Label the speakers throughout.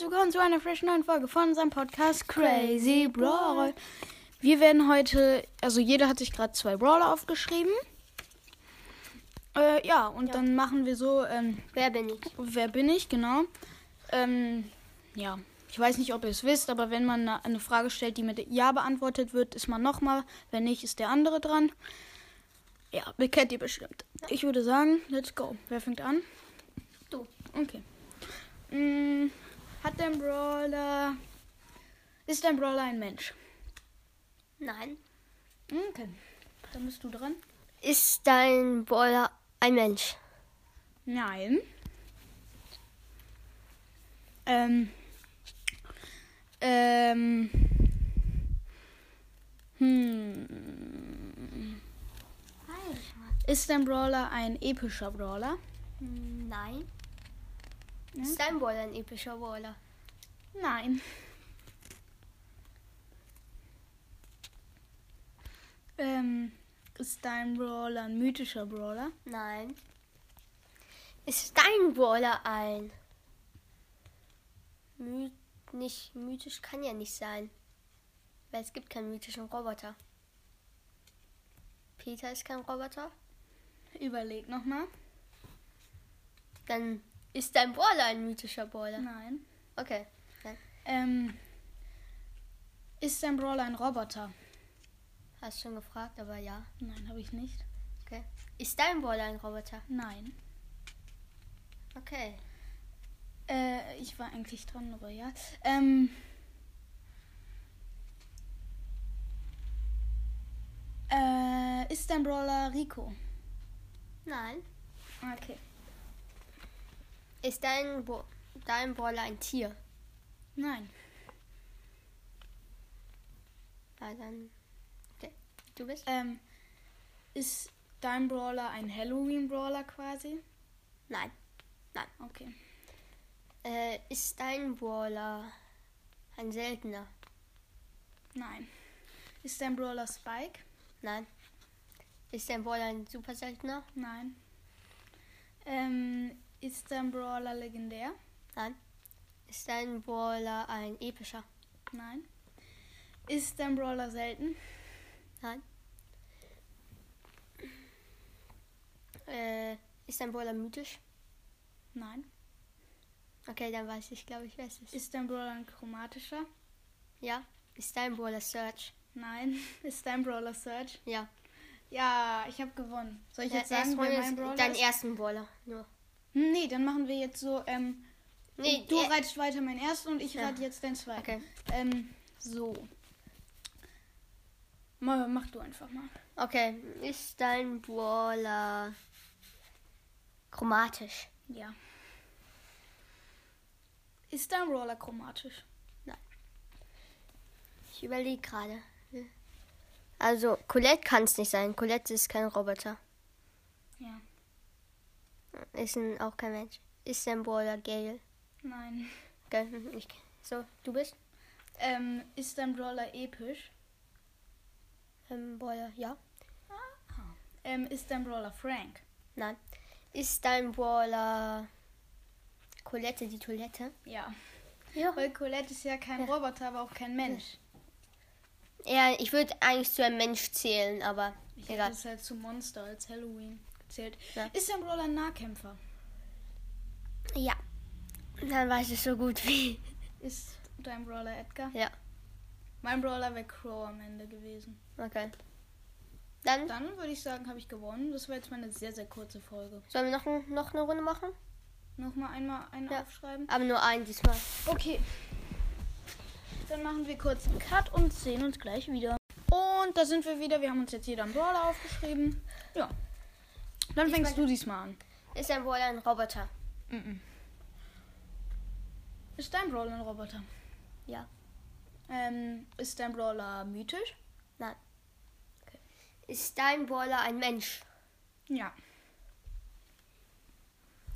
Speaker 1: willkommen zu einer fresh neuen Folge von unserem Podcast Crazy Brawl. Wir werden heute, also jeder hat sich gerade zwei Brawler aufgeschrieben. Äh, ja, und
Speaker 2: Ja.
Speaker 1: dann machen wir so, ähm,
Speaker 2: Wer bin ich?
Speaker 1: wer bin ich, genau. Ähm, ja, ich weiß nicht, ob ihr es wisst, aber wenn man eine- eine Frage stellt, die mit Ja beantwortet wird, ist man nochmal. Wenn nicht, ist der andere dran. Ja, ihr kennt ihr bestimmt. Ich würde sagen, let's go. Wer fängt an?
Speaker 2: Du.
Speaker 1: Okay. Mm, hat dein Brawler. Ist dein Brawler ein Mensch?
Speaker 2: Nein.
Speaker 1: Okay. Dann bist du dran.
Speaker 2: Ist dein Brawler ein Mensch?
Speaker 1: Nein. Ähm. Ähm. Hm. Ist dein Brawler ein epischer Brawler?
Speaker 2: Nein. Hm?
Speaker 1: Ja.
Speaker 2: Ist dein Brawler ein epischer Brawler?
Speaker 1: Nein. Ähm, ist dein Brawler ein mythischer Brawler?
Speaker 2: Nein. Ist dein Brawler ein... My nicht mythisch kann ja nicht sein. Weil es gibt keinen mythischen Roboter. Peter ist kein Roboter.
Speaker 1: Überleg nochmal.
Speaker 2: Dann ist dein Brawler ein mythischer Brawler.
Speaker 1: Nein.
Speaker 2: Okay.
Speaker 1: Ähm, ist dein Brawler ein Roboter?
Speaker 2: Hast schon gefragt, aber ja.
Speaker 1: Nein, habe ich nicht.
Speaker 2: Okay. Ist dein Brawler ein Roboter?
Speaker 1: Nein.
Speaker 2: Okay.
Speaker 1: Äh, ich war eigentlich dran, aber ja. Ähm. Äh, ist dein Brawler Rico? Ah,
Speaker 2: Nein.
Speaker 1: Okay.
Speaker 2: Ist dein, Bra dein Brawler ein Tier?
Speaker 1: Nein.
Speaker 2: Ja, dann. Okay. Du bist?
Speaker 1: Ähm, ist dein Brawler ein Halloween-Brawler quasi?
Speaker 2: Nein.
Speaker 1: Okay.
Speaker 2: Äh, ist dein Brawler ein seltener?
Speaker 1: Nein. Ist dein Brawler Spike?
Speaker 2: Nein. Ist dein Brawler ein super seltener?
Speaker 1: Nein. Ähm, ist dein Brawler legendär?
Speaker 2: Nein. Ist dein Brawler ein epischer?
Speaker 1: Nein. Ist dein Brawler selten?
Speaker 2: Nein. Äh, ist dein Brawler mythisch?
Speaker 1: Nein.
Speaker 2: Okay, dann weiß ich, glaube ich, wer es ist.
Speaker 1: Ist dein Brawler ein chromatischer?
Speaker 2: Ja. Ist dein Brawler Search?
Speaker 1: Nein. Ist dein Brawler Search?
Speaker 2: Ja.
Speaker 1: Ja, ich habe gewonnen. Soll ich jetzt
Speaker 2: Ja,
Speaker 1: sagen,
Speaker 2: erst hol
Speaker 1: wer
Speaker 2: jetzt
Speaker 1: mein Brawler
Speaker 2: Deinen
Speaker 1: ist?
Speaker 2: ersten Brawler. Nur.
Speaker 1: Hm, nee, dann machen wir jetzt so, ähm,
Speaker 2: Nee,
Speaker 1: du
Speaker 2: er-
Speaker 1: reitest weiter meinen ersten und ich
Speaker 2: Ja.
Speaker 1: reite jetzt deinen zweiten.
Speaker 2: Okay.
Speaker 1: Ähm, so. Mal, mach du einfach mal.
Speaker 2: Okay, ist dein Brawler chromatisch?
Speaker 1: Ja. Ist dein Brawler chromatisch?
Speaker 2: Ich überlege gerade. Also, Colette kann es nicht sein. Colette ist kein Roboter.
Speaker 1: Ja.
Speaker 2: Ist ein, auch kein Mensch. Ist dein Brawler Gale?
Speaker 1: Nein.
Speaker 2: Okay, ich, so, du bist?
Speaker 1: Ähm, ist dein Brawler episch?
Speaker 2: Dein Brawler, ja?
Speaker 1: Ähm, ist dein Brawler Frank?
Speaker 2: Nein. Ist dein Brawler Colette die Toilette?
Speaker 1: Ja.
Speaker 2: Ja.
Speaker 1: Weil Colette ist ja kein
Speaker 2: Oh. Ja.
Speaker 1: Roboter, aber auch kein Mensch.
Speaker 2: Ja, ich würde eigentlich zu einem Mensch zählen, aber
Speaker 1: Ich hätte
Speaker 2: egal.
Speaker 1: das halt zu Monster als Halloween gezählt.
Speaker 2: Ja.
Speaker 1: Ist dein Brawler ein Nahkämpfer?
Speaker 2: Ja. Dann weiß ich so gut wie.
Speaker 1: Ist dein Brawler Edgar?
Speaker 2: Ja.
Speaker 1: Mein Brawler wäre Crow am Ende gewesen.
Speaker 2: Okay. Dann
Speaker 1: Dann würde ich sagen, habe ich gewonnen. Das war jetzt mal eine sehr, sehr kurze Folge.
Speaker 2: sollen wir noch, ein- noch eine Runde machen?
Speaker 1: Nochmal einmal einen
Speaker 2: Ja.
Speaker 1: aufschreiben.
Speaker 2: Aber nur einen diesmal.
Speaker 1: Okay. Dann machen wir kurz einen Cut und sehen uns gleich wieder. Und da sind wir wieder. Wir haben uns jetzt jeder einen Brawler aufgeschrieben. Ja. Dann
Speaker 2: Ich
Speaker 1: fängst
Speaker 2: mein-
Speaker 1: du diesmal an.
Speaker 2: Ist dein Brawler ein Roboter?
Speaker 1: Ist dein Brawler ein Roboter?
Speaker 2: Ja.
Speaker 1: Ähm, ist dein Brawler mythisch?
Speaker 2: Nein. Ist dein Brawler ein Mensch?
Speaker 1: Ja.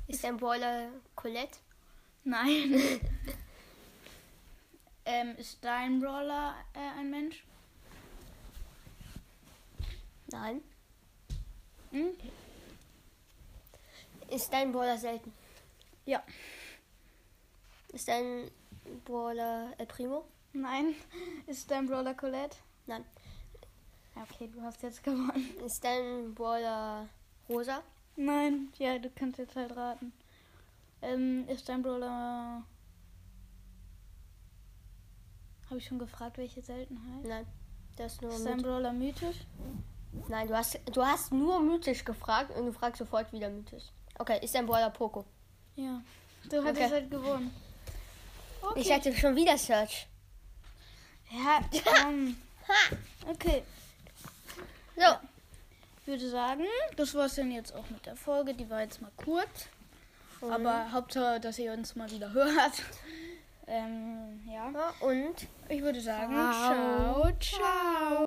Speaker 2: Ist dein Brawler Colette?
Speaker 1: Nein. ähm, ist dein Brawler äh, ein Mensch?
Speaker 2: Nein.
Speaker 1: Hm?
Speaker 2: Ist dein Brawler selten?
Speaker 1: Ja.
Speaker 2: Ist dein Brawler El Primo?
Speaker 1: Nein. Ist dein Brawler Colette?
Speaker 2: Nein.
Speaker 1: Ja, Okay, du hast jetzt gewonnen.
Speaker 2: Ist dein Brawler Rosa?
Speaker 1: Nein. Ja, du kannst jetzt halt raten. Ähm, ist dein Brawler. Habe ich schon gefragt, welche Seltenheit?
Speaker 2: Nein. Das ist nur
Speaker 1: Ist dein
Speaker 2: mythisch.
Speaker 1: Brawler mythisch?
Speaker 2: Nein, du hast, du hast nur mythisch gefragt und du fragst sofort wieder mythisch. Okay, ist dein Brawler Poco?
Speaker 1: Ja. Du hattest
Speaker 2: Okay.
Speaker 1: halt gewonnen. Okay.
Speaker 2: Ich hatte schon wieder Search.
Speaker 1: Ja, ähm, okay.
Speaker 2: So,
Speaker 1: Ich würde sagen, das war's dann jetzt auch mit der Folge. Die war jetzt mal kurz. Aber Hauptsache, dass ihr uns mal wieder hört. Ähm, ja.
Speaker 2: und
Speaker 1: Ich würde sagen,
Speaker 2: Ciao.
Speaker 1: ciao. ciao.